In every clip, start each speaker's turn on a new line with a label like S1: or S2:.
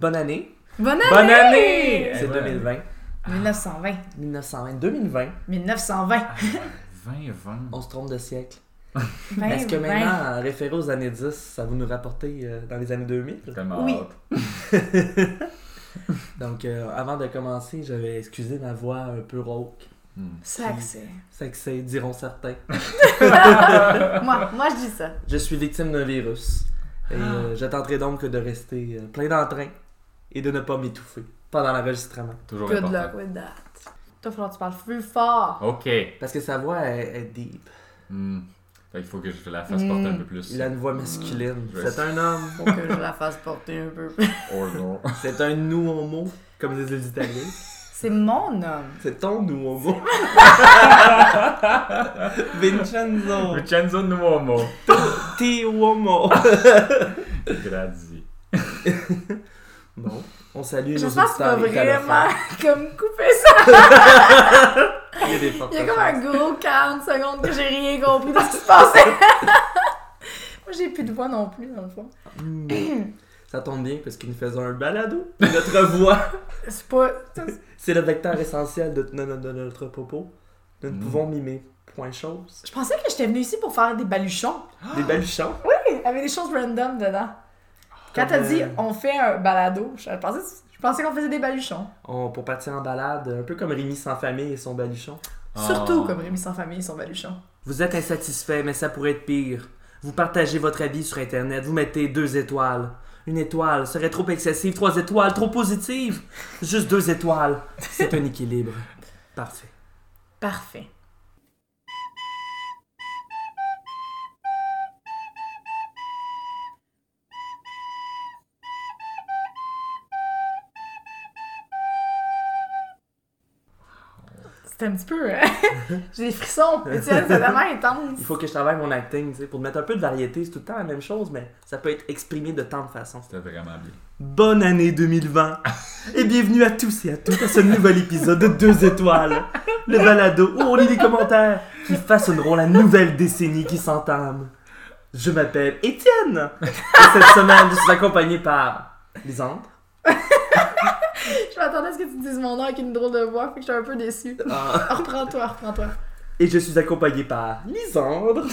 S1: Bonne année.
S2: Bonne année!
S1: Bonne année! C'est
S3: Ouais.
S1: 2020.
S2: 1920.
S1: 1920. 2020.
S2: 1920.
S3: 20, 20.
S1: On se trompe de siècle.
S2: Ben,
S1: Est-ce que
S2: ben,
S1: maintenant, en référé aux années 10, ça va nous rapporter euh, dans les années 2000?
S3: Tellement
S2: Oui.
S3: hâte.
S1: Donc, euh, avant de commencer, j'avais excusé ma voix un peu rauque.
S3: Hmm.
S2: ça que c'est.
S1: C'est que c'est, diront certains.
S2: moi, moi, je dis ça.
S1: Je suis victime d'un virus. Et
S2: Ah.
S1: euh, je tenterai donc de rester euh, plein d'entrain et de ne pas m'étouffer pendant l'enregistrement.
S3: Toujours
S2: Good
S3: important.
S2: luck with that. Toi, falloir que tu parles plus fort.
S3: Ok.
S1: Parce que sa voix est, est deep.
S3: Hmm. Fait qu'il faut que je la fasse
S2: Hmm.
S3: porter un peu plus.
S1: Il a une voix masculine.
S3: Mm, je
S1: C'est
S3: sais.
S1: un homme.
S2: Faut que je la fasse porter un peu.
S3: Or no.
S1: C'est un nous homo, comme disent les Italiens.
S2: C'est mon homme.
S1: C'est ton nous homo. Vincenzo.
S3: Vincenzo Nuomo.
S1: Ti uomo.
S3: Gradi.
S1: Bon, on salue nos
S2: J'espère que tu vas
S1: auditeurs
S2: vraiment comme couper ça.
S1: Il y a des fortes
S2: Il y a comme
S1: chances.
S2: un gros 40 secondes que j'ai rien compris de ce qui se passait. Moi, j'ai plus de voix non plus, dans le fond.
S1: Mm. Ça tombe bien parce qu'il nous faisons un balado. Notre voix,
S2: C'est pas.
S1: c'est le vecteur essentiel de, de- de- de notre propos. Nous ne
S3: Mm.
S1: pouvons mimer point chose.
S2: Je pensais que j'étais venue ici pour faire des baluchons.
S1: Des belles chants.
S2: Oui, avec des choses random dedans. Quand t'as
S1: Comme,
S2: dit
S1: euh,
S2: on fait un balado, je pensais, je pensais qu'on faisait des baluchons.
S1: on- pour partir en balade, un peu comme Rémi sans famille et son baluchon.
S2: Surtout
S3: Ah.
S2: comme Rémi sans famille et son baluchon.
S1: Vous êtes insatisfait, mais ça pourrait être pire. Vous partagez votre avis sur Internet, vous mettez deux étoiles. Une étoile serait trop excessive, trois étoiles, trop positive. Juste deux étoiles. C'est un équilibre. Parfait.
S2: Parfait. C'était un petit peu. euh, J'ai des frissons. Étienne, c'est vraiment intense.
S1: Il faut que je travaille mon acting, tu sais, pour mettre un peu de variété. C'est tout le temps la même chose, mais ça peut être exprimé de tant de façons.
S3: C'était vraiment bien.
S1: Bonne année 2020 et bienvenue à tous et à toutes à ce nouvel épisode de Deux Étoiles, le balado où on lit les commentaires qui façonneront la nouvelle décennie qui s'entame. Je m'appelle Étienne et cette semaine je suis accompagné par Lisandre.
S2: Je m'attendais à ce que tu dises mon nom avec une drôle de voix, fait que j'étais un peu déçue.
S1: Ah,
S2: Reprends-toi, reprends-toi.
S1: Et je suis accompagné par Lisandre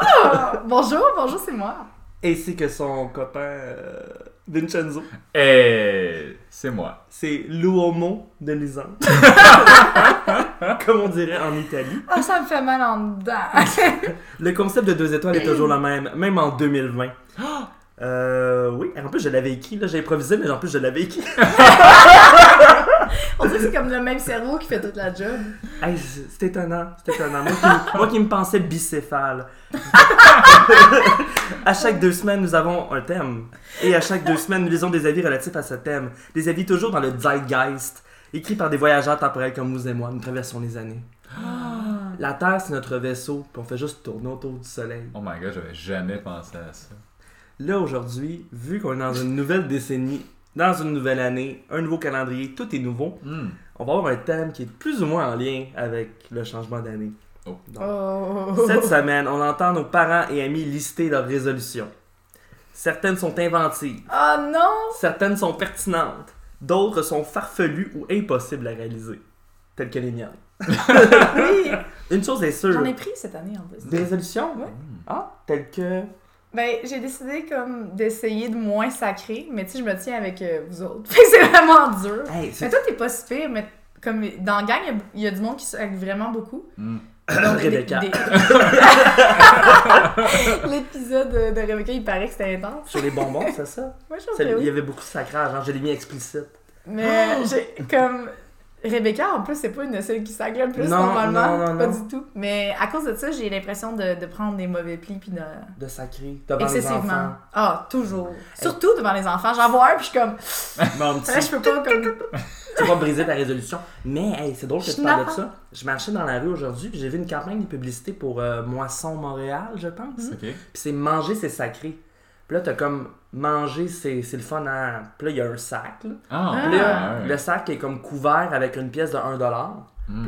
S2: Ah! bonjour, bonjour, c'est moi.
S1: ainsi que son copain euh, Vincenzo.
S3: Et Eh, c'est moi.
S1: C'est l'uomo de Lisandre. Comme on dirait en Italie.
S2: Ah, ça me fait mal en dedans.
S1: Le concept de deux étoiles est toujours le même, même en 2020. Euh, oui, en plus je l'avais écrit, là j'ai improvisé, mais en plus je l'avais écrit.
S2: On dirait que c'est comme le même cerveau qui fait toute la job.
S1: Hey, c'est c'est étonnant, c'est étonnant. Moi qui, moi qui me pensais bicéphale. à chaque deux semaines, nous avons un thème. Et à chaque deux semaines, nous lisons des avis relatifs à ce thème. Des avis toujours dans le zeitgeist, écrits par des voyageurs temporels comme vous et moi. Nous traversons les années. La Terre, c'est notre vaisseau, puis on fait juste tourner autour du Soleil.
S3: Oh my god, j'avais jamais pensé à ça.
S1: Là, aujourd'hui, vu qu'on est dans une nouvelle décennie, dans une nouvelle année, un nouveau calendrier, tout est nouveau,
S3: Hmm.
S1: on va avoir un thème qui est plus ou moins en lien avec le changement d'année.
S3: Oh.
S1: Donc,
S2: Oh.
S1: cette semaine, on entend nos parents et amis lister leurs résolutions. Certaines sont inventives,
S2: Oh non!
S1: certaines sont pertinentes, d'autres sont farfelues ou impossibles à réaliser, telles que les miennes.
S2: Oui!
S1: Une chose est sûre,
S2: J'en ai pris cette année en plus.
S1: des résolutions, oui.
S3: Hmm.
S1: Ah, telles que...
S2: Ben, j'ai décidé comme d'essayer de moins sacrer, mais tu sais, je me tiens avec euh, vous autres. Fait que c'est vraiment dur.
S1: Hey, c'est
S2: Mais toi, t'es pas si pire, mais comme dans la gang, il y a- il y, a du monde qui sacre vraiment beaucoup.
S3: Hmm.
S2: Donc, des-
S1: Ah, Rebecca.
S2: des- L'épisode de de Rebecca, il paraît que c'était intense.
S1: sur les bonbons, c'est ça?
S2: Moi, je trouve
S1: C'est-
S2: que
S1: Il
S2: oui.
S1: y avait beaucoup de sacrage, hein, je l'ai mis explicite.
S2: Mais
S1: Oh!
S2: j'ai comme. Rebecca, en plus, c'est pas une de celles qui s'agrée le plus
S1: Non,
S2: normalement.
S1: non, non,
S2: pas
S1: non.
S2: du tout. Mais à cause de ça, j'ai l'impression de, de prendre des mauvais plis puis de.
S1: de sacré devant les
S2: Excessivement.
S1: enfants.
S2: Ah, toujours. Surtout devant les enfants. J'en vois un puis je suis comme.
S1: Mon
S2: Ah,
S1: petit,
S2: Je peux pas comme.
S1: tu vas briser ta résolution. Mais hey, c'est drôle que tu parles de
S2: Schnapp.
S1: ça. Je marchais dans la rue aujourd'hui, puis j'ai vu une campagne de publicité pour euh, Moisson Montréal, je pense.
S3: Ok.
S1: Puis c'est manger c'est sacré. Puis là t'as comme manger c'est c'est le fun hein. Puis là il y a un sac. là.
S3: Ah,
S2: Ah.
S1: Puis là,
S3: ouais.
S1: le sac est comme couvert avec une pièce de 1$. Puis là,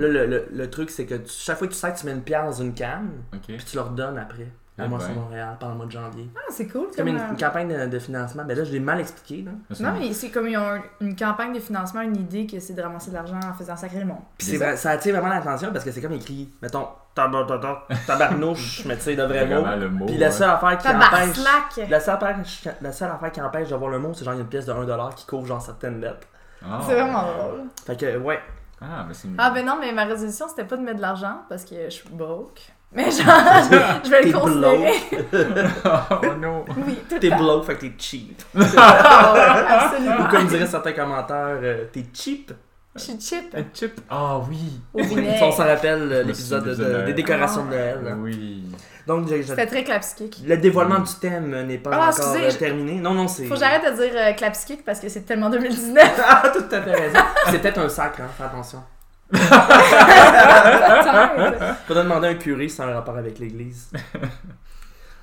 S1: le, le- le truc, c'est que tu- chaque fois que tu sacres, tu mets une pièce dans une canne,
S3: Ok.
S1: puis tu leur donnes après. à
S3: Eh
S1: moi sur
S3: ben.
S1: Montréal pendant le mois de janvier.
S2: Ah, c'est cool.
S1: C'est comme une,
S2: un-
S1: une campagne de, de financement. Mais là, je l'ai mal expliqué. Là.
S3: Ça, c'est
S2: Non,
S3: une-
S2: mais c'est comme ils ont un- une campagne de financement, une idée que c'est de ramasser de l'argent en faisant sacrer le monde.
S1: Puis c'est vrai- ça attire vraiment l'attention parce que c'est comme écrit, mettons, tabar- tabar- tabarnouche, mais tu sais, de
S3: c'est
S1: vrai mot.
S3: vraiment le mot. hein.
S1: Puis la
S3: ouais.
S1: seule affaire qui empêche.
S2: Tabarnak!
S1: La seule, affaire, la seule affaire qui empêche d'avoir le mot, c'est genre une pièce de 1$ qui couvre genre certaines dettes.
S3: Ah,
S2: C'est vraiment
S3: ouais.
S2: drôle.
S1: Fait que, ouais.
S3: Ah, mais c'est une.
S2: Ah ben non, mais ma résolution, c'était pas de mettre de l'argent parce que je suis broke. Mais genre, je vais
S1: T'es
S2: le considérer.
S1: bloke.
S3: oh non.
S2: Oui, tout
S1: T'es
S2: à fait.
S1: bloke, fait que t'es cheap. Ou
S2: Ah,
S3: Ah.
S2: Absolument.
S1: Ah, comme diraient certains commentaires, euh, t'es cheap.
S2: Je suis cheap.
S3: Un chip. Ah oui.
S2: Au
S1: On
S2: vinaigre.
S1: s'en rappelle euh,
S3: Je me souviens
S1: l'épisode de-
S3: de Noël.
S1: des
S2: Ah.
S1: décorations de Noël.
S3: Oui.
S1: Donc, j'ai- j'ai-
S2: C'était très clapskick.
S1: le dévoilement du thème euh, n'est pas
S2: Ah,
S1: encore
S2: excusez,
S1: euh,
S2: je-
S1: terminé. Non, non, c'est.
S2: Faut que j'arrête de dire euh, clapskick parce que c'est tellement 2019.
S1: Ah, tout à fait raison. C'est peut-être un sacre, hein, fais attention. Ah,
S2: Arrête.
S1: Faudrait demander à un curé si ça a un rapport avec l'église.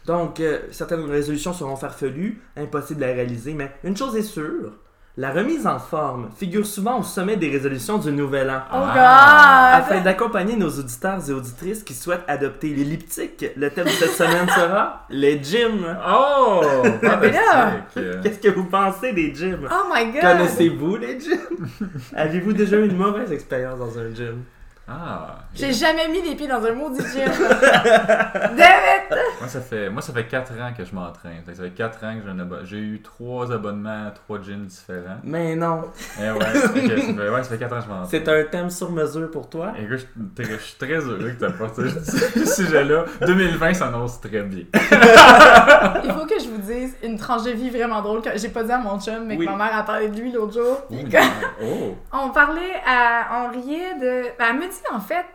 S1: Donc, euh, certaines résolutions seront farfelues, impossibles à réaliser, mais une chose est sûre, la remise en forme figure souvent au sommet des résolutions du nouvel an.
S2: Oh
S3: Ah.
S2: god!
S1: Afin d'accompagner nos auditeurs et auditrices qui souhaitent adopter l'elliptique, le thème de cette semaine sera les gyms.
S3: Oh!
S2: Ah, mais là.
S3: fantastique.
S1: Qu'est-ce que vous pensez des gyms?
S2: Oh my god!
S1: Connaissez-vous les gyms? Avez-vous déjà eu une mauvaise expérience dans un gym?
S3: Ah!
S2: J'ai jamais mis les pieds dans un maudit gym. Damn it!
S3: Moi ça, fait, moi, ça fait 4 ans que je m'entraîne. Ça fait 4 ans que j'ai un abonnement. J'ai eu 3 abonnements à 3 gyms différents.
S1: Mais non,
S3: Eh ouais, ça fait, que- ça fait- ouais, ça fait 4 ans que je m'entraîne.
S1: c'est un thème sur mesure pour toi.
S3: Et que je, t'es- je suis très heureux que tu apportes ce ce sujet-là. 2020 s'annonce très bien.
S2: Il faut que je vous dise une tranche de vie vraiment drôle que j'ai pas dit à mon chum, mais
S1: Oui.
S2: que ma mère a parlé de lui l'autre jour.
S3: Oh!
S2: Puis que-
S3: oh.
S2: On parlait à. On riait de. Ben, elle me dit en fait,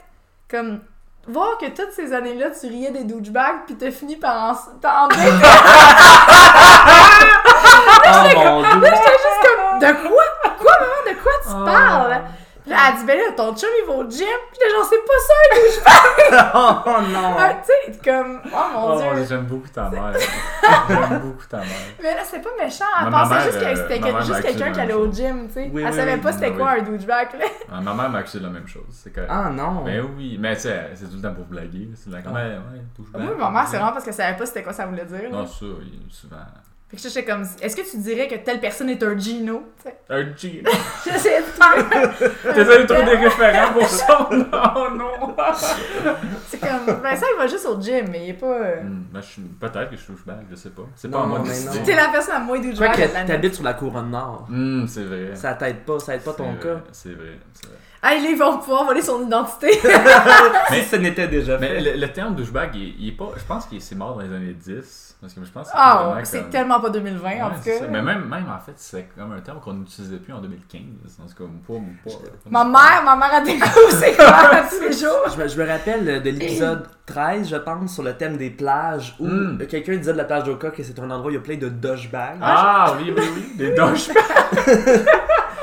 S2: comme. Voir que toutes ces années-là, tu riais des douchebags, puis t'as fini par en. T'as en dire que
S1: Oh mon dieu!
S2: j'étais juste comme. De quoi? Quoi, maman? De quoi tu
S3: Oh.
S2: parles? Puis là, elle dit, ben là, ton chum, il va au gym. Puis là, genre, c'est pas ça.
S1: Oh, oh non!
S2: hein, Tu sais, comme. Oh mon
S3: Oh,
S2: dieu.
S3: j'aime beaucoup ta mère. J'aime beaucoup ta mère.
S2: Mais là, c'est pas méchant.
S3: Ma-
S2: Elle
S3: ma
S2: pensait
S3: mère,
S2: juste que
S3: euh,
S2: c'était
S3: ma
S2: que-
S3: mère m'a
S2: juste quelqu'un
S3: accueilli
S2: qui allait
S3: un
S2: au
S3: jour.
S2: gym, tu sais.
S1: Oui,
S2: elle
S1: oui,
S2: savait
S1: oui,
S2: pas c'était
S3: oui.
S2: quoi un douchebag, là.
S3: Ah, ma mère m'a accusé de la même chose. C'est correct.
S1: Ah non!
S3: Mais Ben oui, mais tu sais, c'est tout le temps pour blaguer. là. C'est de la comme, ouais, ouais, touche bien.
S2: Moi, ma mère, c'est vraiment parce qu'elle savait pas c'était quoi ça voulait dire. là.
S3: Non, ça, il- souvent.
S2: Fait que je j'étais comme, est-ce que tu dirais que telle personne est un Gino? Tu sais,
S3: Un G.
S2: J'essayais de faire.
S3: T'essayes de trouver des référents pour son nom, non!
S2: C'est comme, Vincent, il va juste au gym, mais il est pas. euh,
S3: Hmm, ben, je suis- Peut-être que je touche back, je sais pas. C'est
S1: Non,
S3: pas à moi de
S1: mais
S3: décider.
S2: T'es la personne à moins
S1: Je crois
S2: douchebag de
S1: que
S2: l'année.
S1: t'habites sur la couronne nord.
S3: Hmm, c'est vrai.
S1: Ça t'aide pas, ça aide pas ton
S3: C'est
S1: cas.
S3: vrai, C'est vrai, c'est vrai.
S2: Ah, ils vont pouvoir voler son identité.
S1: Mais si ce n'était déjà
S3: Mais
S1: fait.
S3: le, le terme douchebag, il, il est pas. Je pense qu'il c'est mort dans les années 10. Parce que je pense que
S2: Ah,
S3: vraiment
S2: c'est
S3: comme-
S2: tellement pas 2020, en
S3: Ouais,
S2: tout
S3: c'est
S2: cas.
S3: ça. Mais même, même en fait, c'est comme un terme qu'on n'utilisait plus en 2015. En tout cas, pas. pas, pas
S2: Ma mère, ma mère a découvert ses quoi tous les jours.
S1: Je me, je me rappelle de l'épisode 13, je pense, sur le thème des plages, où
S3: Mm.
S1: euh, quelqu'un disait de la plage d'Oka que c'est un endroit où il y a plein de douchebags.
S3: Ah oui, oui, oui. Des douchebags.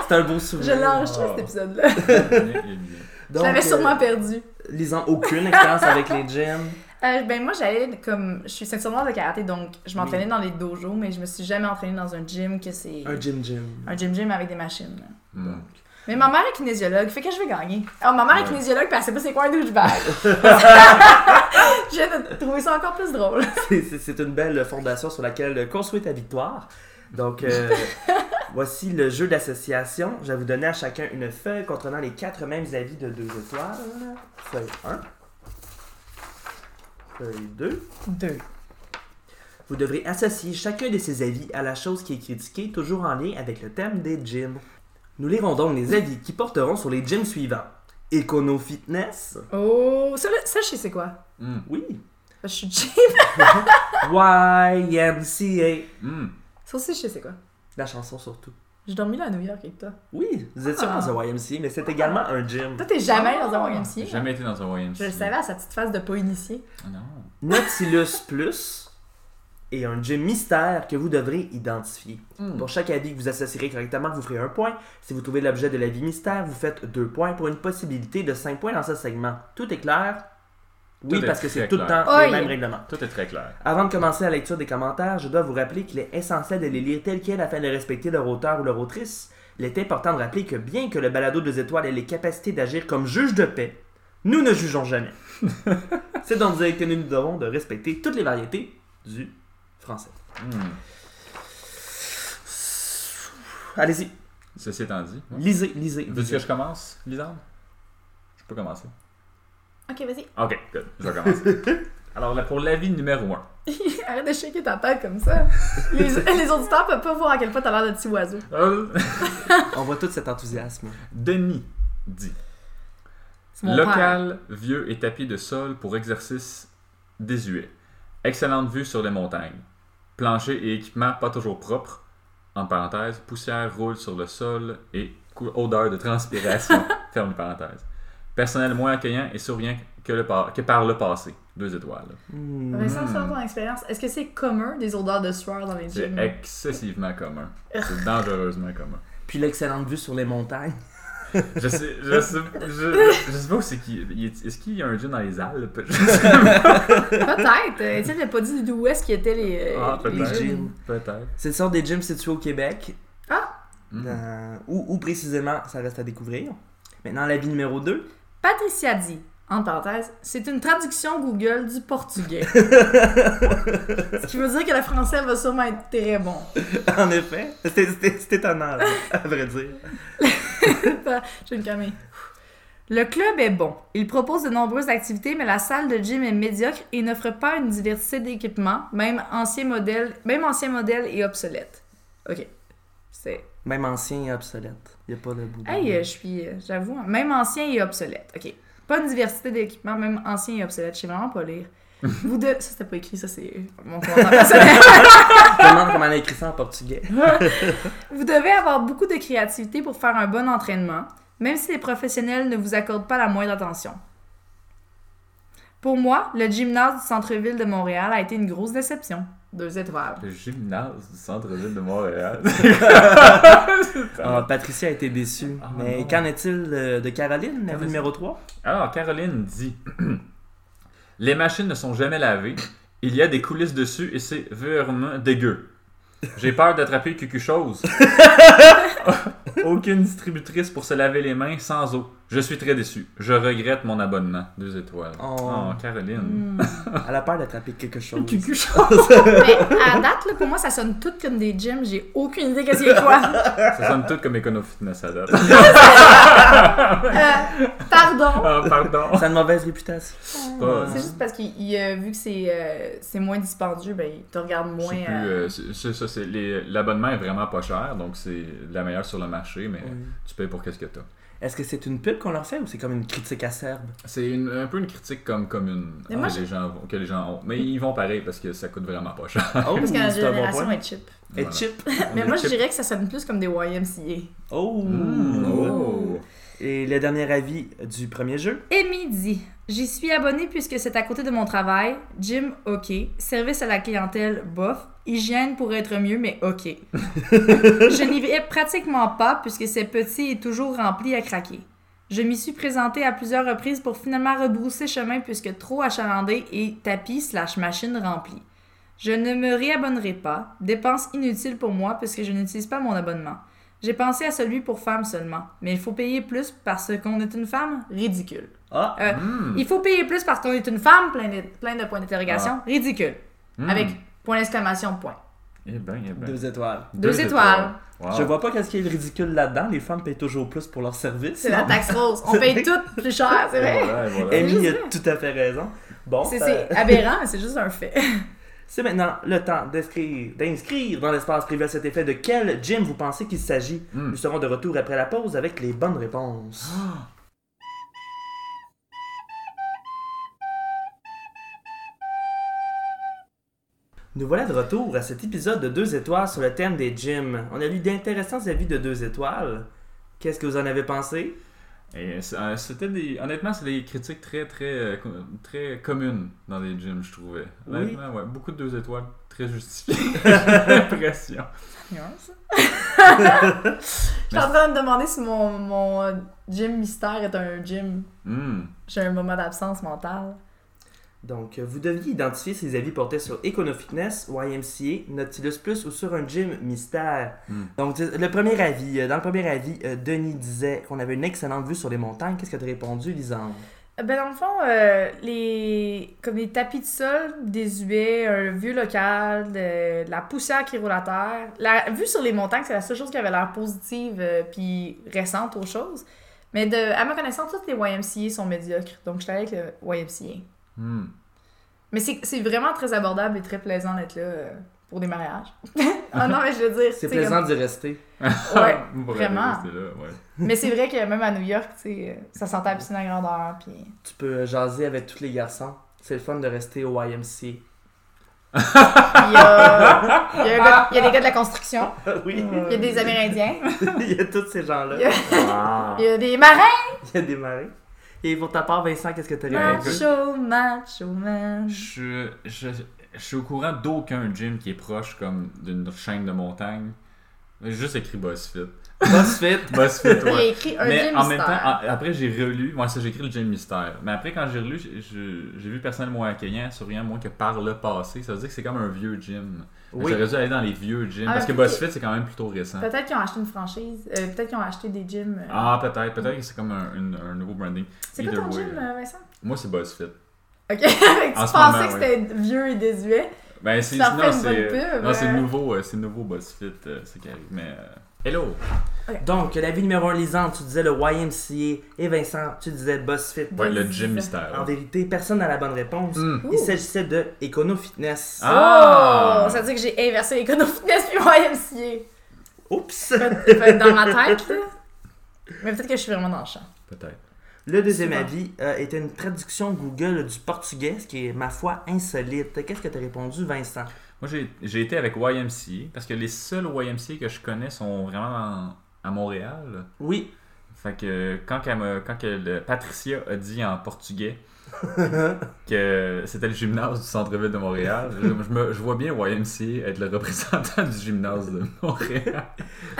S1: C'est un beau
S2: Je
S1: souvenir.
S2: l'ai enregistré
S3: Ah.
S2: cet épisode-là. Je
S1: Donc,
S2: l'avais
S1: euh,
S2: sûrement perdu.
S1: lisant aucune expérience avec les gyms.
S2: Euh, ben moi j'allais comme je suis ceinture noire de karaté donc je m'entraînais dans les dojos mais je me suis jamais entraînée dans un gym que c'est
S1: Un gym gym.
S2: un gym gym avec des machines. là.
S3: Hmm.
S2: Mais ma mère est kinésiologue, fait que je vais gagner. Alors ma mère est
S3: Ouais.
S2: kinésiologue puis elle sait pas c'est quoi un douchebag. J'ai trouvé ça encore plus drôle.
S1: C'est- C'est c'est une belle fondation sur laquelle construire ta victoire. Donc, euh, voici le jeu d'association. Je vais vous donner à chacun une feuille contenant les quatre mêmes avis de deux étoiles. Feuille 1. Feuille 2.
S2: Deux.
S1: Vous devrez associer chacun de ces avis à la chose qui est critiquée, toujours en lien avec le thème des gyms. Nous lirons donc les avis qui porteront sur les gyms suivants. Econo Fitness.
S2: Oh, ça, là- ça je sais c'est quoi.
S3: Hmm.
S1: Oui.
S2: Je suis gym.
S1: YMCA.
S3: Hmm.
S2: Ça aussi je sais c'est quoi.
S1: La chanson surtout.
S2: J'ai dormi là à New York avec toi.
S1: Oui, vous étiez
S2: Ah.
S1: dans un YMCA, mais c'est également un gym.
S2: Toi t'es jamais
S3: Ah.
S2: dans un YMCA.
S3: J'ai jamais été dans un YMCA.
S2: Je le savais à sa petite face de pas initié.
S3: Ah Non.
S1: Nautilus Plus et un gym mystère que vous devrez identifier.
S3: Hmm.
S1: Pour chaque avis que vous associerez correctement, vous ferez un point. Si vous trouvez l'objet de l'avis mystère, vous faites deux points pour une possibilité de cinq points dans ce segment. Tout est clair? Oui,
S3: Tout est
S1: parce que c'est
S3: très
S1: tout le temps
S3: clair.
S1: les
S2: Oi.
S1: mêmes règlements.
S3: Tout est très clair.
S1: Avant de commencer la lecture des commentaires, je dois vous rappeler qu'il est essentiel de les lire tels quels afin de respecter leur auteur ou leur autrice. Il est important de rappeler que bien que le balado des étoiles ait les capacités d'agir comme juge de paix, Nous ne jugeons jamais. C'est dans les que nous devons de respecter toutes les variétés du français.
S3: Hmm.
S1: Allez-y,
S3: Ceci étant dit, ouais.
S1: lisez, lisez.
S3: veux-tu
S1: lisez.
S3: que je commence, Lisande Je peux commencer.
S2: Ok, vas-y.
S3: Ok, good. Je vais commencer. Alors, là, pour l'avis numéro 1.
S2: Arrête de shaker ta tête comme ça. Les, les auditeurs peuvent pas voir à quel point t'as l'air de petit oiseau.
S1: On voit tout cet enthousiasme.
S3: Euh, Denis dit
S2: C'est mon père.
S3: Local, vieux et tapis de sol pour exercice désuet. Excellente vue sur les montagnes. Plancher et équipement pas toujours propres. En parenthèse, poussière roule sur le sol et cou- odeur de transpiration. Ferme parenthèse. Personnel moins accueillant et souriant que, le par- que par le passé. Deux étoiles.
S1: Hmm.
S2: Vincent,
S3: Mm.
S2: selon ton expérience, est-ce que c'est commun des odeurs de sueur dans les
S3: C'est
S2: gyms?
S3: excessivement commun. C'est dangereusement commun.
S1: Puis l'excellente vue sur les montagnes.
S3: Je sais, je sais, je, je sais pas où c'est qui. il est- Est-ce qu'il y a un gym dans les Alpes Je sais
S2: Peut-être. Euh, Étienne n'a pas dit d'où est-ce qu'il était les, euh,
S3: Ah,
S2: les
S3: peut-être.
S2: gyms.
S3: Peut-être.
S1: C'est le sort des gyms situés au Québec,
S3: Hmm.
S1: euh, où, où précisément ça reste à découvrir. Maintenant, l'avis numéro 2.
S2: Patricia dit, en parenthèse, c'est une traduction Google du portugais. Ce qui veut dire que le français va sûrement être très bon.
S1: En effet, c'est c'est- c'est étonnant, là, à vrai dire.
S2: J'ai une camée. Le club est bon. Il propose de nombreuses activités, mais la salle de gym est médiocre et n'offre pas une diversité d'équipements, même ancien modèle, même ancien modèle et obsolète. Ok. C'est.
S1: Même ancien et obsolète. Il a pas de bout. de-
S2: Hey, euh, je suis. euh, J'avoue, hein, même ancien et obsolète. Ok. Pas une diversité d'équipements, même ancien et obsolète. Je sais vraiment pas lire. Vous deux. Ça, c'était pas écrit, ça, c'est mon commentaire personnel.
S1: Je me demande comment elle a écrit ça en portugais.
S2: Vous devez avoir beaucoup de créativité pour faire un bon entraînement, même si les professionnels ne vous accordent pas la moindre attention. Pour moi, le gymnase du centre-ville de Montréal a été une grosse déception. Deux étoiles.
S3: Le gymnase du centre-ville de Montréal.
S1: Ah, Patricia a été déçue.
S3: Ah,
S1: Mais
S3: non.
S1: qu'en est-il euh, de Caroline,
S3: Qu'en
S1: l'avis
S3: est-il?
S1: numéro 3
S3: Alors, Caroline dit Les machines ne sont jamais lavées, il y a des coulisses dessus et c'est vraiment dégueu. J'ai peur d'attraper quelque chose. Aucune distributrice pour se laver les mains sans eau. Je suis très déçu. Je regrette mon abonnement. Deux étoiles.
S2: Ah,
S1: Oh.
S3: Oh, Caroline.
S2: Hmm.
S1: Elle a peur d'attraper quelque chose.
S3: Quelque chose.
S2: Mais à date, là, pour moi, ça sonne tout comme des gyms. J'ai aucune idée qu'est-ce qu'il y a quoi.
S3: Ça sonne tout comme Econofitness à date.
S2: Euh, pardon.
S3: Ah, pardon.
S1: Ça a une mauvaise réputation.
S3: pas-
S2: C'est juste parce que vu que c'est euh, c'est moins dispendieux, ben, il te regarde
S3: Je
S2: moins.
S3: sais plus,
S2: euh,
S3: euh, c'est- c'est ça, c'est les- l'abonnement est vraiment pas cher, donc c'est la meilleure sur le marché, mais
S1: Oui.
S3: tu payes pour qu'est-ce que t'as.
S1: Est-ce que c'est une pub qu'on leur fait ou c'est comme une critique acerbe
S3: C'est une- un peu une critique comme commune
S2: Mais moi,
S3: que, les gens, vont- que les gens ont, mais ils vont pareil parce que ça coûte vraiment pas cher.
S1: Oh,
S2: Ah, Parce que la
S1: c'est un bon
S2: génération
S1: point.
S2: est cheap.
S1: Et
S3: Voilà.
S1: chip.
S2: Mais
S3: On
S2: moi,
S3: est
S2: je
S3: chip.
S2: dirais que ça sonne plus comme des YMCA.
S1: Oh.
S3: Mm,
S2: Mmh.
S3: oh.
S1: Et le dernier avis du premier jeu.
S2: Amy dit J'y suis abonnée puisque c'est à côté de mon travail. Gym, ok. Service à la clientèle, bof. Hygiène pourrait être mieux, mais ok. je n'y vais pratiquement pas puisque c'est petit et toujours rempli à craquer. Je m'y suis présentée à plusieurs reprises pour finalement rebrousser chemin puisque trop achalandé et tapis slash machine remplie. Je ne me réabonnerai pas. Dépense inutile pour moi puisque je n'utilise pas mon abonnement. J'ai pensé à celui pour femmes seulement, mais il faut payer plus parce qu'on est une femme ridicule.
S1: Ah,
S2: Euh,
S3: Mm.
S2: Il faut payer plus parce qu'on est une femme, plein de, plein de points d'interrogation. Ridicule.
S3: Mm.
S2: Avec point d'exclamation, point.
S3: Eh ben, eh ben.
S1: deux étoiles.
S2: Deux étoiles.
S3: Wow.
S1: Je vois pas qu'est-ce qui est ridicule là-dedans. Les femmes payent toujours plus pour leur service.
S2: C'est la taxe rose. On paye tout plus cher, c'est
S3: Et
S2: vrai.
S3: voilà, et voilà.
S1: Amy a
S2: Juste.
S1: tout à fait raison. Bon,
S2: C'est-
S1: ça-
S2: C'est aberrant, mais c'est juste un fait.
S1: c'est maintenant le temps d'inscrire, d'inscrire dans l'espace privé à cet effet de quel gym vous pensez qu'il s'agit.
S3: Mm.
S1: Nous serons de retour après la pause avec les bonnes réponses. Nous voilà de retour à cet épisode de 2 étoiles sur le thème des gyms. On a lu d'intéressants avis de 2 étoiles. Qu'est-ce que vous en avez pensé?
S3: Et c'est- euh, c'était des, honnêtement, c'est des critiques très, très, euh, co- très communes dans les gyms, je trouvais.
S1: Oui.
S3: Honnêtement, ouais. Beaucoup de deux étoiles, très justifiées. J'ai l'impression.
S2: Je suis en train de me demander si mon, mon gym mystère est un gym.
S3: Mm.
S2: J'ai un moment d'absence mentale.
S1: Donc, euh, vous deviez identifier si les avis portaient sur EconoFitness, YMCA, Nautilus Plus ou sur un gym mystère.
S3: Mm.
S1: Donc, euh, le premier avis, euh, dans le premier avis, euh, Denis disait qu'on avait une excellente vue sur les montagnes. Qu'est-ce que tu as répondu, Lisande?
S2: Ben, dans le fond, euh, les... comme les tapis de sol désuets, un vieux local, de... de la poussière qui roule à terre. La vue sur les montagnes, c'est la seule chose qui avait l'air positive euh, puis récente aux choses. Mais de... à ma connaissance, tous les YMCA sont médiocres. Donc, je suis allée avec le YMCA.
S3: Hmm.
S2: Mais c'est c'est vraiment très abordable et très plaisant d'être là euh, pour des mariages. ah non, mais je veux dire.
S1: C'est
S2: tu sais,
S1: plaisant d'y rester.
S2: comme- Ouais.
S3: Ah, Vous pourrez
S2: Vraiment.
S3: rester là, ouais.
S2: mais c'est vrai que même à New York, tu sais, euh, ça sentait la piscine à grandeur. Puis...
S1: Tu peux euh, jaser avec tous les garçons. C'est le fun de rester au YMCA.
S2: Il y, a, il, y a un gars- il y a des gars de la construction,
S1: oui,
S2: il y a des Amérindiens,
S1: il y a tous ces gens-là.
S2: Il y a-
S4: Ah.
S2: il y a des marins.
S1: Il y a des maris. Et pour ta part, Vincent, qu'est-ce que t'as
S3: Ouais,
S1: répondu?
S2: Macho, macho, man.
S3: Je, je, je suis au courant d'aucun gym qui est proche comme d'une chaîne de montagne. J'ai juste écrit BuzzFeed.
S1: BuzzFit.
S3: BuzzFeed,
S2: Il a
S3: ouais.
S2: écrit un
S3: Mais
S2: gym
S3: en même temps,
S2: mystère.
S3: en- après j'ai relu, moi ça j'ai écrit le gym mystère. Mais après quand j'ai relu, j'ai- je- j'ai vu personne moins accueillant, souriant, moins que par le passé. Ça veut dire que c'est comme un vieux gym.
S1: Oui.
S3: J'aurais dû aller dans les vieux gyms.
S2: Ah,
S3: parce que
S2: mais-
S3: BuzzFeed c'est quand même plutôt récent.
S2: Peut-être qu'ils ont acheté une franchise, euh, peut-être qu'ils ont acheté des gyms. euh.
S3: Ah peut-être, peut-être que c'est comme un, une- un nouveau branding.
S2: c'est quoi
S3: either
S2: ton
S3: way,
S2: gym,
S3: là.
S2: euh, Vincent?
S3: Moi c'est BuzzFeed.
S2: Ok, tu
S3: En ce
S2: pensais
S3: moment,
S2: que c'était vieux et désuet.
S3: Ben, c'est,
S2: Ça
S3: non,
S2: fait une
S3: c'est,
S2: bonne pub,
S3: non, c'est
S2: hein.
S3: nouveau, euh, c'est nouveau BuzzFeed, euh, c'est qui arrive. Mais euh, hello!
S1: Donc, la vie numéro 1, Lisande, tu disais le YMCA. Et Vincent, tu disais BuzzFit.
S3: Ouais, le gym
S1: En
S3: mystère.
S1: vérité, personne n'a la bonne réponse.
S3: Hmm.
S1: Il s'agissait de Econo Fitness.
S3: Ah!
S2: Oh! Ça veut dire que j'ai inversé l'économie fitness puis YMCA.
S1: Oups!
S2: Peut- peut-être dans ma tête, là. Mais peut-être que je suis vraiment dans le champ.
S3: Peut-être.
S1: Le deuxième
S2: Souvent.
S1: avis euh, était une traduction Google du portugais, ce qui est, ma foi, insolite. Qu'est-ce que t'as répondu, Vincent?
S3: Moi, j'ai- j'ai été avec YMCA, parce que les seuls YMCA que je connais sont vraiment dans- à Montréal.
S1: Oui.
S3: Fait que quand, qu'elle m'a- quand que le- Patricia a dit en portugais que c'était le gymnase du centre-ville de Montréal, je, je me- je vois bien YMCA être le représentant du gymnase de Montréal.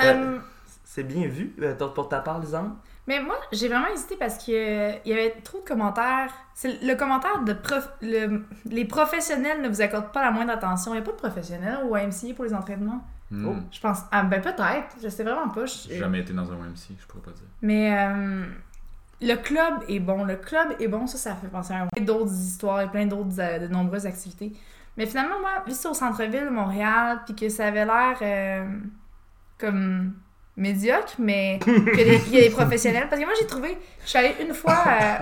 S2: Euh,
S1: C'est bien vu euh, t- pour ta part, Lisande.
S2: Mais moi, j'ai vraiment hésité parce que euh, il y avait trop de commentaires. C'est le commentaire de prof... le- les professionnels ne vous accordent pas la moindre attention. Il n'y a pas de professionnels au YMCA pour les entraînements.
S3: Hmm.
S1: Oh.
S2: Je pense. Ah, ben peut-être. Je sais vraiment pas. Je-
S3: J'ai jamais été dans un YMCA, je pourrais pas dire.
S2: Mais euh, le club est bon. Le club est bon. Ça, ça fait penser à un- plein d'autres histoires et plein d'autres, euh, de nombreuses activités. Mais finalement, moi, vu que c'est au centre-ville de Montréal, puis que ça avait l'air euh, comme médiocre, mais que les- qu'il y a des professionnels. Parce que moi, j'ai trouvé. Je suis allée une fois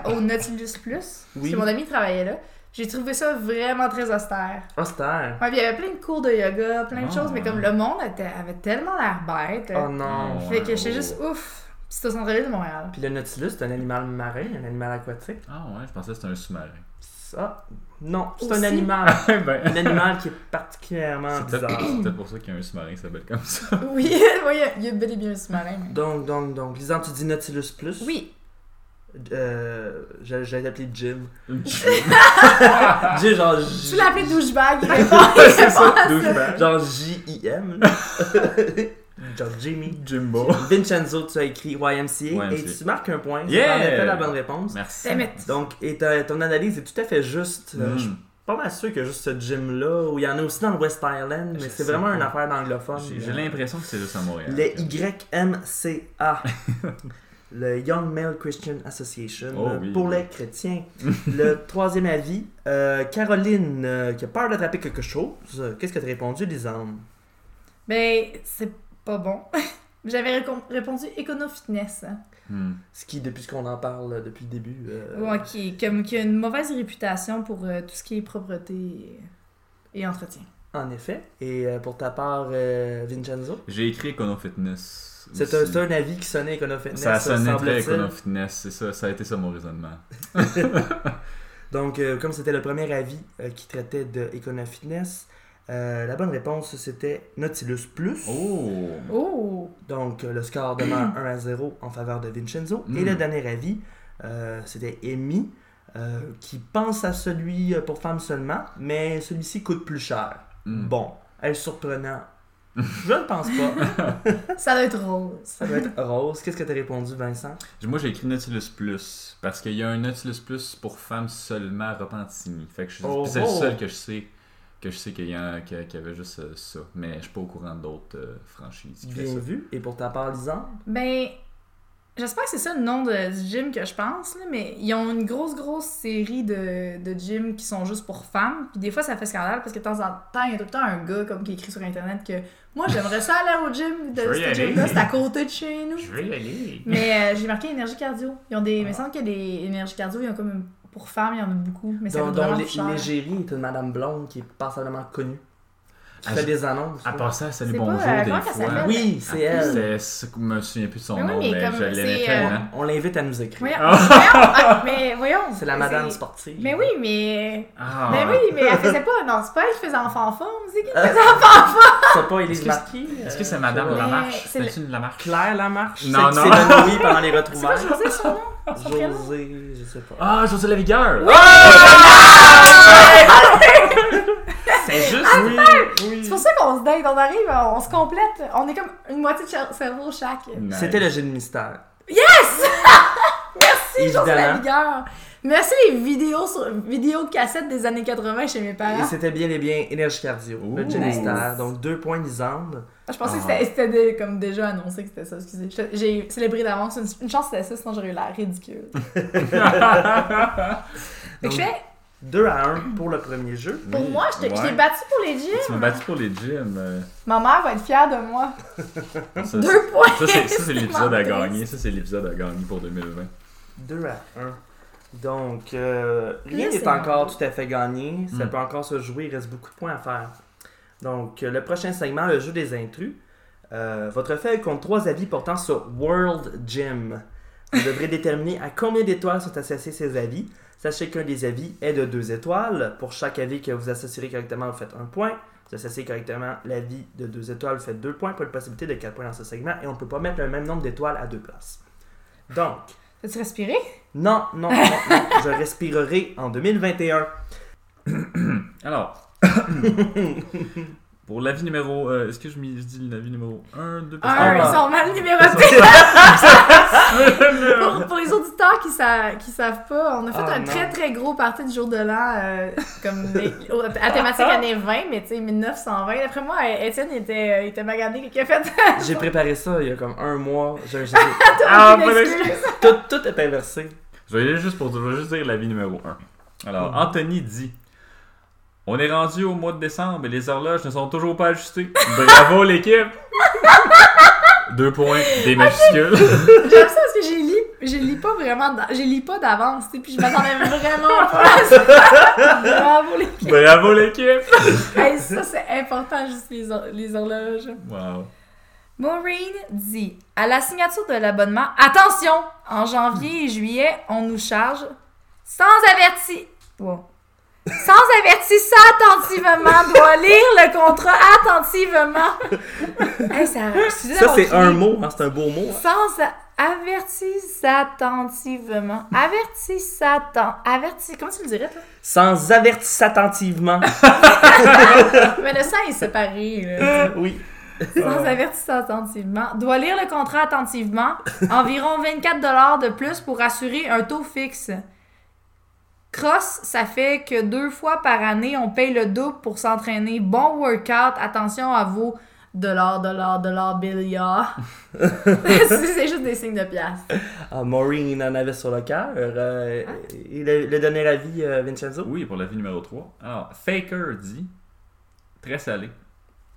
S2: euh, au Nautilus Plus,
S1: Oui.
S2: parce que mon ami travaillait là. J'ai trouvé ça vraiment très austère.
S1: Austère.
S2: Ouais, puis il y avait plein de cours de yoga, plein de
S3: Ah,
S2: choses, mais comme
S3: ouais.
S2: le monde était- avait tellement l'air bête.
S1: Oh non.
S3: Oh.
S2: Euh, Fait que j'étais juste ouf. Puis C'est au centre-ville de Montréal.
S1: Puis le nautilus, c'est un animal marin, un animal aquatique.
S3: Ah ouais, je pensais que c'était un sous-marin.
S1: Ça, non, c'est un
S2: Aussi.
S1: animal.
S3: ben,
S1: un animal qui est particulièrement
S3: c'est peut-être
S1: bizarre.
S3: c'est peut-être pour ça qu'il y a un sous-marin qui s'appelle comme ça.
S2: Oui, oui, il y a- il y a bel et bien un sous-marin. mais-
S1: Donc, donc, donc, Lisande, tu dis Nautilus Plus.
S2: Oui,
S1: Euh, j'allais j'allais t'appeler Jim.
S3: c'est
S1: Jim, genre.
S2: Ah. tu
S1: J-
S2: l'as appelé douchebag. il répond- il répond à ça.
S3: douchebag.
S1: Genre J-I-M. là. genre Jimmy.
S3: Jimbo.
S1: Vincenzo, tu as écrit YMCA,
S3: YMCA.
S1: et tu marques un point.
S3: Yeah!
S1: C'est en effet la bonne réponse.
S3: Merci.
S2: Damn it.
S1: Donc, et ta- ton analyse est tout à fait juste. Euh,
S3: Mm.
S1: Je suis pas mal sûr que juste ce gym-là, où il y en a aussi dans le West Island,
S3: Je
S1: mais c'est
S3: sais
S1: vraiment
S3: pas.
S1: une affaire d'anglophone.
S3: J'ai j'ai
S1: Euh,
S3: l'impression que c'est juste à Montréal.
S1: Les YMCA. le Young Male Christian Association
S3: Oh
S1: euh,
S3: oui,
S1: pour
S3: oui.
S1: les chrétiens. le troisième avis, euh, Caroline, euh, qui a peur d'attraper quelque chose. Euh, Qu'est-ce que t'as répondu, Lisande?
S2: Ben, c'est pas bon. J'avais récon- répondu écono-fitness.
S3: Hmm.
S1: Ce qui, depuis ce qu'on en parle euh, depuis le début, euh,
S2: Ouais, qui, comme, qui a une mauvaise réputation pour euh, tout ce qui est propreté et, et entretien.
S1: en effet. Et euh, pour ta part, euh, Vincenzo,
S3: J'ai écrit Econo Fitness.
S1: c'est un,
S3: aussi.
S1: c'est un avis qui sonnait Econofitness.
S3: Ça sonnait très
S1: semble-t-il.
S3: Econo Fitness, c'est ça, ça a été ça mon raisonnement.
S1: Donc, euh, comme c'était le premier avis euh, qui traitait de Econofitness, euh, la bonne réponse, c'était Nautilus Plus.
S3: Oh!
S2: Oh!
S1: Donc, euh, le score demeure 1 à 0 en faveur de Vincenzo. Et
S3: Mm.
S1: le dernier avis, euh, c'était Amy, euh, qui pense à celui euh, pour femmes seulement, mais celui-ci coûte plus cher.
S3: Hmm.
S1: Bon, est-ce surprenant? Je ne pense pas.
S2: Ça doit être rose.
S1: Ça doit être rose. Qu'est-ce que t'as répondu, Vincent?
S3: Moi j'ai écrit Nautilus Plus parce qu'il y a un Nautilus Plus pour femmes seulement à Repentigny. Fait que je-
S1: Oh,
S3: c'est le
S1: oh.
S3: seul que je sais que je sais qu'il y, en a- qu'il y avait juste euh, ça. Mais je suis pas au courant d'autres euh, franchises qui font
S1: Bien
S3: ça.
S1: vu. Et pour ta part, Lisande?
S2: Ben, J'espère que c'est ça le nom de, du gym que je pense, là, mais ils ont une grosse, grosse série de, de gyms qui sont juste pour femmes. Puis des fois, ça fait scandale parce que de temps en temps, il y a tout le temps un gars comme qui écrit sur Internet que moi, j'aimerais ça aller au gym de
S3: Je veux y
S2: ce
S3: aller.
S2: gym-là, c'est à côté de chez nous.
S3: Je vais y aller.
S2: Mais euh, j'ai marqué énergie cardio. Ils ont des. Il me
S1: Ah.
S2: semble qu'il y a des énergies cardio, ils ont comme une- pour femmes, il y en a beaucoup. Mais ça
S1: Dont,
S2: coûte
S1: dont
S2: vraiment
S1: l'É-
S2: plus cher.
S1: l'Égérie est une madame blonde qui est passablement connue. Qui
S3: Ah,
S1: fait
S3: je-
S1: des annonces.
S3: À
S1: là.
S3: part ça, salut
S2: C'est pas,
S3: bonjour
S2: euh,
S3: des
S2: comment ça
S3: fois.
S2: s'appelle?
S1: Oui, c'est elle.
S3: C'était- c'est- Je me souviens plus de son
S2: Mais oui,
S3: nom,
S2: mais
S3: mais,
S2: comme
S3: je l'aimais
S2: c'est, euh,
S3: tellement.
S1: On l'invite à nous écrire.
S2: Voyons, voyons, ah, mais voyons.
S1: C'est la madame
S2: c'est-
S1: sportive.
S2: Mais oui, mais.
S3: Ah,
S2: Mais oui, mais elle faisait pas. Non, c'est pas elle qui faisait enfant en forme. C'est qui qui faisait
S1: C'est pas Élise
S3: Est-ce que
S1: Marquis.
S3: Est-ce que c'est Madame
S2: Mais
S3: Lamarche
S2: c'est le-
S3: C'est une Lamarche
S1: Claire Lamarche
S3: Non,
S1: celle
S3: non.
S1: qui s'est évanouie pendant les
S2: C'est pas
S1: retrouvailles.
S2: José son nom? Son prénom?
S1: José, je sais pas.
S3: Ah, José Ah! Lavigueur
S2: Ah!
S1: C'est juste.
S3: Ah,
S1: Oui,
S2: C'est
S1: oui.
S2: pour ça qu'on se date, on arrive, on se complète. On est comme une moitié de cer- cerveau chaque.
S3: Nice.
S1: C'était le jeu de mystère.
S2: Merci, José
S1: Évidemment.
S2: Lavigueur. Merci les vidéos sur vidéos cassettes des années 80 chez mes
S1: Et
S2: parents.
S1: c'était bien et bien énergie cardio. le
S3: Ouh.
S1: jeu de
S2: Nice.
S1: mystère. Donc deux points Lisande.
S2: Je pensais que
S3: Ah.
S2: c'était- c'était dé- comme déjà annoncé que c'était ça, excusez. J'étais- J'ai célébré d'avance. Une, une chance que c'était ça, sinon j'aurais eu l'air ridicule. Fait que je fais,
S1: 2 à 1 pour le premier jeu.
S2: pour
S3: Oui,
S2: moi, je t'ai je t'ai
S3: ouais.
S2: battue pour les gyms.
S3: Tu m'as battu pour les gyms. euh,
S2: Ma mère va être fière de moi.
S3: ça, c'est-
S2: Deux points.
S3: ça, c'est- ça, c'est l'épisode à
S2: triste.
S3: gagner. Ça, c'est l'épisode à gagner pour 2020.
S1: 2 à 1. Donc, euh, rien
S2: Là, c'est
S1: n'est encore
S2: bon.
S1: tout à fait gagné. Ça
S3: Mm.
S1: peut encore se jouer. Il reste beaucoup de points à faire. Donc, euh, le prochain segment, le jeu des intrus. Euh, votre feuille compte trois avis portant sur World Gym. Vous devrez déterminer à combien d'étoiles sont associés ces avis. Sachez qu'un des avis est de deux étoiles. Pour chaque avis que vous associerez correctement, vous faites un point. Vous associez correctement l'avis de deux étoiles, vous faites deux points. Pas de possibilité de quatre points dans ce segment. Et on ne peut pas mettre le même nombre d'étoiles à deux places. Donc,
S2: T'as-tu respiré?
S1: non, non, non, non, je respirerai en 2021.
S3: Alors. pour l'avis numéro. euh, Est-ce que je, m'y- je dis l'avis numéro 1, 2,
S2: Un,
S1: Ah.
S2: ils sont mal numérotés. pour, pour les auditeurs qui, sa- qui savent pas, on a fait
S3: Oh
S1: Ah,
S2: un
S1: non.
S2: très très gros party du jour de l'an, euh, comme les- au- à thématique années 20, mais tu sais, 1920. D'après moi, euh, Étienne il était, euh, il était magané qui a fait
S1: J'ai préparé ça il y a comme un mois. Je- j'ai-
S3: Ah,
S2: une
S3: pas
S2: excuse.
S1: tout, tout est inversé.
S3: Je vais aller juste pour je vais juste dire l'avis numéro 1. Alors, Anthony dit On est rendu au mois de décembre et les horloges ne sont toujours pas ajustées. Bravo l'équipe Deux points, des majuscules.
S2: J'aime ça parce que j'ai lis, je lis pas vraiment, d'a- je lis pas d'avance, tu sais, puis je m'attendais vraiment pas à ça. Bravo les
S3: Bravo l'équipe
S2: Hey, ça c'est important, juste les, hor- les horloges.
S3: Wow.
S2: Maureen dit À la signature de l'abonnement, attention En janvier et juillet, on nous charge sans averti. Wow. Sans avertir ça attentivement, doit lire le contrat attentivement. Hey, ça, excusez-moi,
S1: Ça, c'est
S2: mon
S1: un
S2: cri.
S1: mot, hein, c'est un beau mot. hein.
S2: Sans a- avertir attentivement. Avertis atten- avertis. Comment tu le dirais, toi?
S1: Sans avertir attentivement.
S2: Mais le sang est séparé, là.
S1: oui.
S2: Sans avertir attentivement. Doit lire le contrat attentivement. Environ 24 de plus pour assurer un taux fixe. Cross, ça fait que deux fois par année, on paye le double pour s'entraîner. Bon workout. Attention à vos dollars, dollars, dollars, milliards. C'est juste des signes de piastres.
S1: Ah, Maureen en avait sur le cœur. euh, et le, le dernier avis, euh, Vincenzo.
S3: Oui, pour l'avis numéro 3. Alors, Faker dit Très salé.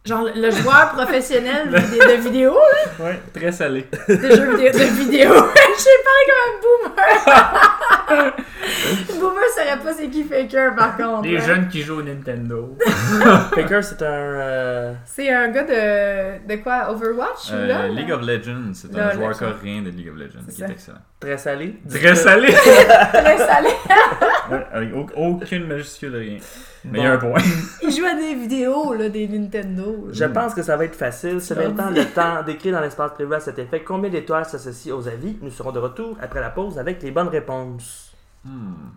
S2: Genre le- le joueur professionnel de, de vidéo,
S3: Ouais, très salé.
S2: de jeux vidéo, de vidéo. J'ai parlé comme un boomer. boomer saurait pas c'est qui Faker par contre. hein.
S3: qui jouent au Nintendo.
S1: Faker, c'est un. euh,
S2: C'est un gars de de quoi Overwatch ou là?
S3: Euh, League of Legends, c'est un
S2: Là,
S3: joueur
S2: là,
S3: coréen de League of Legends
S2: C'est
S3: qui est
S2: ça.
S3: excellent.
S1: très salé.
S3: Très salé
S2: Très salé.
S3: Ouais, Avec au- aucune majuscule, rien. Mais il y a un
S1: Bon.
S3: point.
S2: Il joue à des vidéos là, des Nintendo. là.
S1: Je pense que Hmm. ça va être facile. Cela étant le temps décrit dans l'espace privé à cet effet, combien d'étoiles s'associent aux avis Nous serons de retour après la pause avec les bonnes réponses.
S3: Hmm.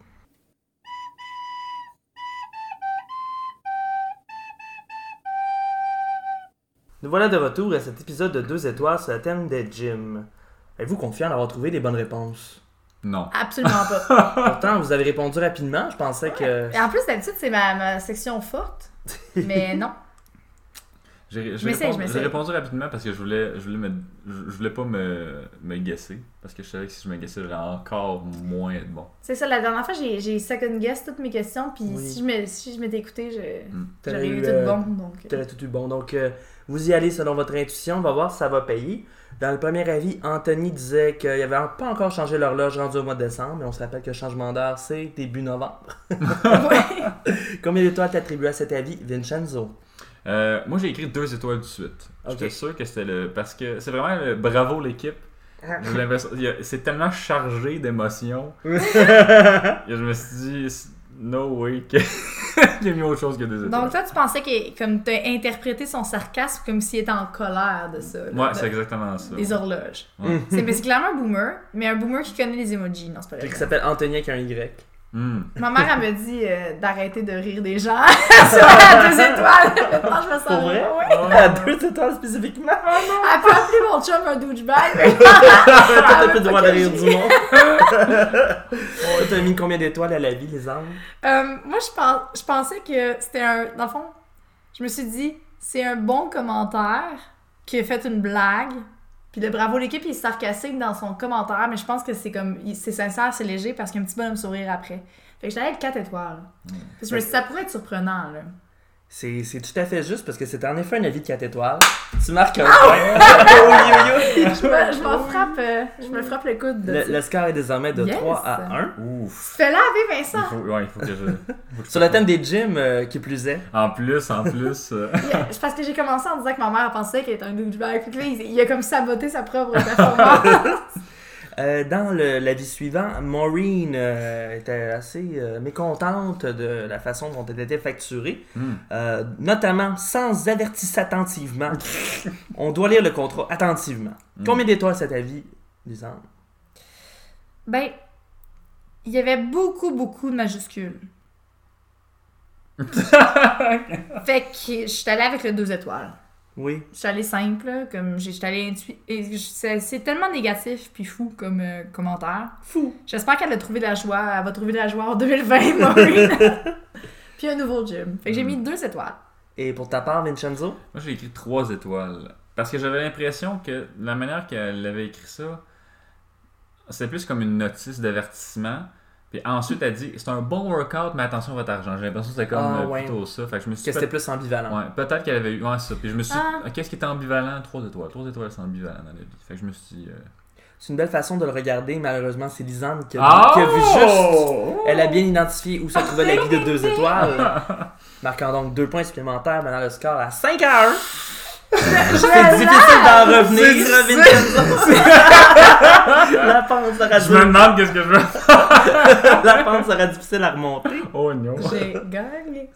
S1: Nous voilà de retour à cet épisode de 2 étoiles sur le thème des gyms. Êtes-vous confiant d'avoir trouvé des bonnes réponses?
S3: Non.
S2: Absolument pas.
S1: Pourtant, vous avez répondu rapidement, je pensais que...
S2: Et en plus d'habitude c'est ma, ma section forte. Mais non.
S3: J'ai j'ai
S2: J'essaie,
S3: répondu-
S2: j'essaie.
S3: j'ai répondu rapidement parce que je voulais, je voulais, me- je je voulais pas me, me guesser. Parce que je savais que si je me guessais, j'allais encore moins être bon.
S2: C'est ça, la dernière fois, j'ai j'ai second guess toutes mes questions, puis
S1: Oui.
S2: si je me- si je m'étais écouté, je-
S3: Mm.
S2: j'aurais eu
S1: eu,
S2: tout
S1: euh,
S2: bon. Donc,
S1: T'aurais tout eu bon. Donc, euh, vous y allez selon votre intuition. On va voir si ça va payer. Dans le premier avis, Anthony disait qu'il avait pas encore changé l'horloge rendu au mois de décembre. Mais on se rappelle que le changement d'heure, c'est début novembre.
S2: Ouais.
S1: Combien d'étoiles t'attribues à cet avis, Vincenzo?
S3: Euh, moi, j'ai écrit deux étoiles de suite. J'étais
S1: Ok.
S3: sûr que c'était le. Parce que c'est vraiment le bravo l'équipe.
S1: Ah.
S3: J'ai l'impression- il y a- C'est tellement chargé d'émotions. que je me suis dit, no way, que... il y a mieux autre chose que des étoiles.
S2: Donc, toi, tu pensais que comme t'as interprété son sarcasme comme s'il était en colère de ça. là,
S3: ouais,
S2: de-
S3: c'est exactement ça.
S2: Des horloges.
S1: Hmm.
S3: Ouais.
S2: C'est mais c'est clairement un boomer, mais un boomer qui connaît les emojis. Non, c'est pas vrai.
S1: Qui s'appelle Anthony avec un Y.
S3: Hmm.
S2: Ma mère, elle me dit euh, d'arrêter de rire des gens. Sur la deux étoiles. Maintenant, je me sens
S1: Pour vrai?
S2: bien, ouais.
S1: À deux étoiles spécifiquement.
S2: Elle peut appeler mon chum un douchebag. mais-
S1: Toi,
S2: Elle
S1: t'as
S2: veut
S1: plus le
S2: pas
S1: droit de
S2: que
S1: rire
S2: je-
S1: du monde. Toi, t'as mis combien d'étoiles à la vie, les âmes?
S2: Euh, moi, je, pense, je pensais que c'était un. Dans le fond, je me suis dit, c'est un bon commentaire qui a fait une blague. Puis le bravo l'équipe, il est sarcastique dans son commentaire, mais je pense que c'est comme. il- C'est sincère, c'est léger parce qu'il y a un petit bonhomme sourire après. Fait que j'allais être 4 étoiles.
S1: Hmm.
S2: Parce que je me suis dit, ça pourrait être surprenant, là.
S1: C'est c'est tout à fait juste parce que c'est en effet un avis de 4 étoiles. Tu marques un Ah! point. Oui, oui, oui.
S2: Je me, je m'en frappe, euh, je me frappe le coude.
S1: Le, le score est désormais de
S2: Yes.
S1: 3 à 1.
S3: Ouf.
S2: Fais laver
S3: Il
S2: Vincent!
S3: faut, ouais, il faut que je. faut que je-
S1: Sur le thème des gyms, euh, qui plus est.
S3: En plus, en plus. euh,
S2: Il y a- c'est parce que j'ai commencé en disant que ma mère pensait qu'elle était un douchebag. Puis que là, il, il a comme saboté sa propre performance.
S1: Euh, dans le- l'avis suivant, Maureen euh, était assez euh, mécontente de la façon dont elle était facturée.
S3: hmm.
S1: Euh, notamment sans avertir attentivement. On doit lire le contrat attentivement. Combien d'étoiles cet avis, Lisanne?
S2: Ben, il y avait beaucoup, beaucoup de majuscules. fait que je suis allée avec le deux étoiles.
S1: Oui.
S2: Je suis allée simple, comme j'ai- je suis allée intui- et je- C'est c'est tellement négatif puis fou comme euh, commentaire.
S1: Fou.
S2: J'espère qu'elle a trouvé de la joie. Elle va trouver de la joie en 2020, Maureen. puis un nouveau gym. Fait que j'ai
S1: Hmm.
S2: mis deux étoiles.
S1: Et pour ta part, Vincenzo?
S3: Moi, j'ai écrit trois étoiles. Parce que j'avais l'impression que la manière qu'elle avait écrit ça, c'était plus comme une notice d'avertissement. Puis ensuite, elle dit c'est un bon workout, mais attention à votre argent. J'ai l'impression que c'était comme
S1: Ah,
S3: euh,
S1: ouais.
S3: plutôt ça. Fait que je me suis
S1: Que
S3: dit,
S1: c'était plus ambivalent.
S3: Ouais, peut-être qu'elle avait eu. Ouais, c'est ça. Puis je me suis
S2: Ah.
S3: dit, qu'est-ce qui était ambivalent Trois étoiles. Trois étoiles, c'est ambivalent dans la vie. Fait que je me suis dit. euh,
S1: C'est une belle façon de le regarder. Malheureusement, c'est Lisanne qui a,
S3: Ah!
S1: qui a vu juste. Elle a bien identifié où se trouvait la vie de deux étoiles, marquant donc deux points supplémentaires, maintenant le score à 5 à 1. C'est difficile d'en revenir. la pente sera
S3: Je me
S1: dure.
S3: demande qu'est-ce que je veux.
S1: La pente sera difficile à remonter.
S3: Oh non.
S2: J'ai gagné.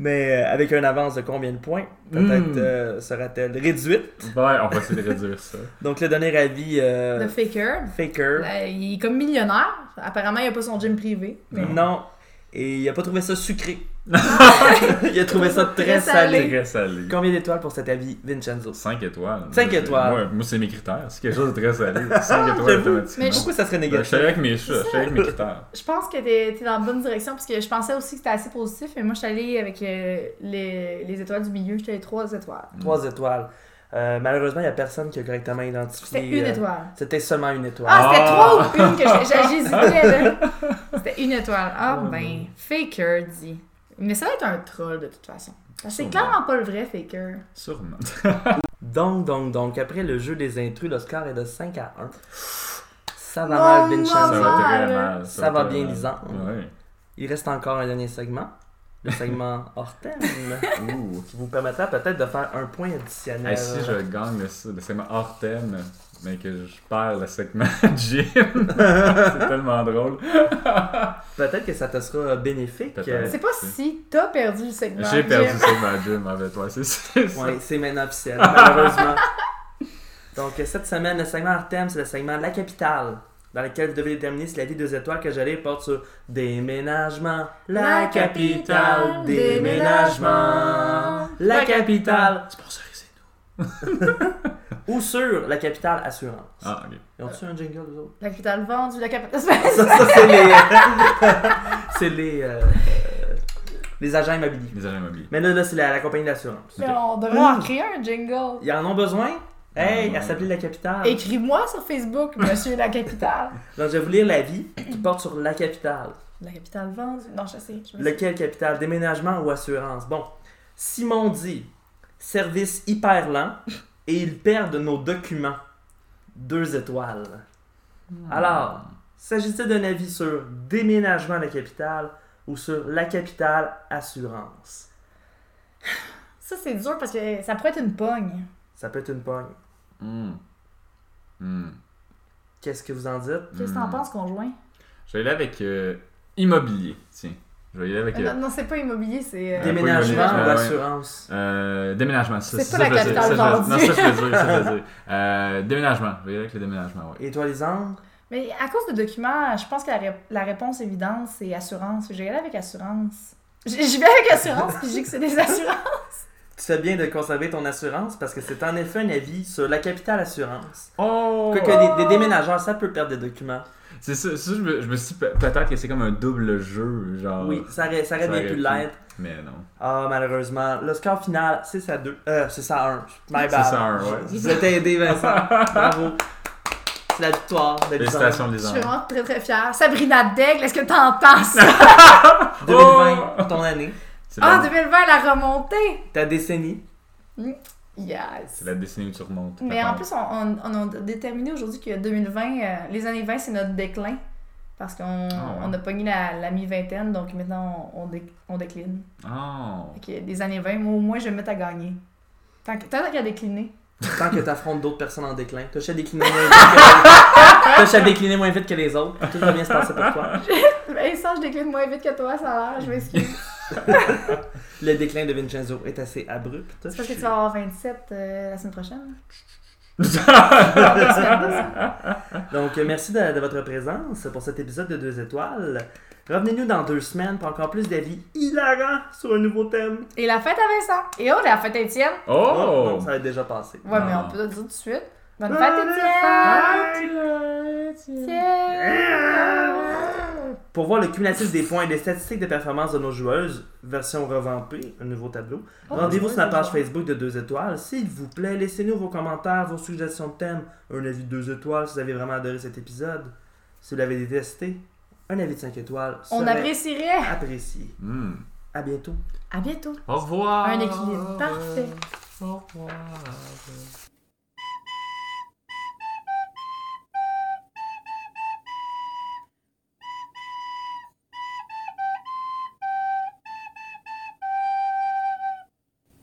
S1: Mais euh, avec une avance de combien de points Peut-être
S3: Mm.
S1: euh, sera-t-elle réduite.
S3: Ouais, on va essayer de réduire ça.
S1: Donc le dernier avis, euh,
S2: Le faker.
S1: Faker,
S2: euh, il est comme millionnaire. Apparemment, il a pas son gym privé. mais-
S1: non. Et il a pas trouvé ça sucré. il a trouvé ça très
S2: Très salé. Ben,
S1: salé.
S3: Très salé.
S1: Combien d'étoiles pour cet avis, Vincenzo
S3: 5 étoiles.
S1: Cinq
S3: Moi, j'ai-
S1: étoiles.
S3: Moi, moi, c'est mes critères. C'est quelque chose de très salé. 5 étoiles
S1: J'avoue.
S3: automatiquement.
S2: Mais
S1: Pourquoi ça serait
S3: Ben, Je
S1: négatif
S3: suis allé avec mes chats, je suis allé avec mes critères.
S2: Je pense que t'es t'es dans la bonne direction parce que je pensais aussi que c'était assez positif, mais moi je suis allée avec euh, les, les étoiles du milieu, j'étais allée trois étoiles.
S1: Trois étoiles. Euh, malheureusement, il n'y a personne qui a correctement identifié.
S2: C'était une
S1: euh,
S2: étoile.
S1: C'était seulement une étoile.
S2: Ah, c'était
S3: Ah!
S2: trois ou une que j'ai- j'ai- j'hésitais là. C'était une étoile. Ah
S1: Ouais,
S2: ben, Faker dit. Mais ça va être un troll de toute façon. Parce que C'est
S3: Sûrement.
S2: clairement pas le vrai Faker.
S3: Sûrement.
S1: Donc, donc, donc, après le jeu des intrus, le score est de 5 à 1. Ça va
S2: Non,
S1: mal,
S2: Ça
S3: Ça
S2: non,
S1: Vincenzo.
S2: non.
S3: va
S2: va,
S3: très
S2: là.
S3: mal.
S1: Ça va
S3: très
S1: bien,
S3: mal.
S1: Lisanne.
S3: Ouais.
S1: Il reste encore un dernier segment. Le segment hors thème.
S3: Ouh.
S1: qui vous permettra peut-être de faire un point additionnel.
S3: Hey, si je gagne le, le segment hors thème, mais que je perds le segment gym, c'est tellement drôle.
S1: Peut-être que ça te sera bénéfique.
S3: Peut-être.
S1: Euh,
S2: C'est pas si t'as perdu le segment.
S3: J'ai perdu le
S2: Jim.
S3: segment gym avec toi, c'est c'est ça.
S1: ouais, c'est maintenant officiel, malheureusement. Donc, euh, cette semaine, le segment hors thème, c'est le segment La Capitale, dans lequel vous devez déterminer si la vie deux étoiles que j'allais porte sur Déménagement, la,
S2: La
S1: capitale,
S2: capitale,
S1: déménagement, la
S2: la
S1: capitale,
S3: Sponsorisez-nous.
S1: ou sur la capitale assurance.
S3: Ah, ok.
S1: Ils ont-tu un jingle, eux autres?
S2: La capitale vendue, la capitale.
S1: Ça, ça, c'est les. c'est les. euh, euh, Les agents immobiliers.
S3: Les agents immobiliers.
S1: Mais là, là c'est la, la compagnie d'assurance.
S3: Ok.
S2: On devrait en créer un jingle.
S1: Ils en ont besoin? Hey,
S3: Ouais.
S1: elle s'appelait La Capitale.
S3: Ah.
S2: Écris-moi sur Facebook, monsieur la capitale.
S1: Donc, je vais vous lire l'avis qui porte sur La Capitale.
S2: La capitale vendue. Non, je sais. je me sais.
S1: Lequel capital, déménagement ou assurance? Bon, Simon dit service hyper lent et ils perdent nos documents. Deux étoiles. Alors, s'agit-il d'un avis sur déménagement à la capitale ou sur la capitale assurance?
S2: Ça, c'est dur parce que ça pourrait être une pogne.
S1: Ça peut être une pogne.
S3: Hmm. Hmm.
S1: Qu'est-ce que vous en dites?
S2: Qu'est-ce que t'en penses, conjoint?
S3: Je vais y aller avec euh, immobilier. Tiens, je vais y aller avec
S2: Ah,
S3: euh,
S2: Non, non, c'est pas immobilier, c'est. euh,
S3: Des-
S1: Déménagement
S3: oui,
S1: ou
S3: oui.
S1: assurance?
S3: euh, déménagement. Ça,
S2: C'est
S3: ça,
S2: pas
S3: je
S2: la
S3: vais dire,
S2: capitale
S3: ça, je vais- Non,
S2: vendue.
S3: ça, je vais dire. Ça, je vais dire. Euh, déménagement. Je vais y aller avec le déménagement, ouais.
S1: Et toi, Lisandre?
S2: Mais à cause de documents, je pense que la, ré- la réponse évidente, c'est assurance. J'ai allé avec assurance. J- J'y vais avec assurance, puis je dis que c'est des assurances.
S1: Tu fais bien de conserver ton assurance parce que c'est en effet un avis sur la capitale assurance.
S3: Oh!
S1: Quoique des, des déménageurs, ça peut perdre des documents.
S3: C'est ça, ça, je, me, je me suis dit pe- peut-être que c'est comme un double jeu, genre.
S1: Oui, ça aurait, ça aurait
S3: Ah, Ça
S1: bien
S3: aurait
S1: pu
S3: pu.
S1: l'être.
S3: Mais non.
S1: Ah, malheureusement. Le score final, c'est ça 2. Euh, c'est ça 1. My bad.
S3: C'est ça, un, ouais.
S1: Bah, Je vous ai aidé, Vincent. Bravo. C'est la victoire de Lisandre.
S3: Félicitations,
S2: Je
S3: les
S2: suis
S3: enfants.
S2: vraiment très très fière. Sabrina Daigle, est-ce que t'en penses?
S1: 2020,
S3: Oh!
S1: ton année,
S3: C'est
S2: Ah,
S3: la,
S2: 2020, la remontée!
S1: ta décennie.
S2: Yes!
S3: c'est la décennie où tu remontes.
S2: Mais en plus, on, on- on a déterminé aujourd'hui que 2020, euh, les années 20, c'est notre déclin. Parce qu'on
S3: Ah ouais.
S2: on a pogné la, la mi-vingtaine, donc maintenant on, on, dé- on décline.
S3: Oh!
S2: Fait que les années 20, moi au moins, je vais me mettre à gagner. Tant que- tant qu'à décliner.
S1: Tant que t'affrontes d'autres personnes en déclin. T'as juste à décliner moins vite que- T'as juste à décliner moins vite que les autres. Tout va bien se passer pour toi.
S2: Ben, ça, je décline moins vite que toi, ça a l'air, je m'excuse.
S1: Le déclin de Vincenzo est assez abrupt.
S2: C'est parce que tu vas avoir 27 euh, la semaine prochaine.
S1: Donc, euh, merci de, de votre présence pour cet épisode de 2 étoiles. Revenez-nous dans deux semaines pour encore plus d'avis hilarants sur un nouveau thème.
S2: Et la fête à Vincent. Et oh, la fête à Étienne.
S1: Oh,
S3: Oh!
S1: non, ça va déjà passé.
S2: Ouais, mais
S3: Non.
S2: on peut le dire tout de suite. Bonne
S1: Bonne
S2: fête, Étienne! Étienne!
S1: Pour voir le cumulatif des points et des statistiques de performance de nos joueuses, version revampée, un nouveau tableau,
S2: Oh,
S1: rendez-vous
S2: c'est
S1: sur la page
S2: bon.
S1: Facebook de 2 étoiles. S'il vous plaît, laissez-nous vos commentaires, vos suggestions de thèmes, un avis de 2 étoiles si vous avez vraiment adoré cet épisode. Si vous l'avez détesté, un avis de 5 étoiles
S2: On
S1: serait
S2: apprécierait.
S1: apprécié.
S3: Hmm.
S1: À bientôt.
S2: À bientôt.
S3: Au revoir!
S2: Un équilibre parfait.
S3: Au revoir.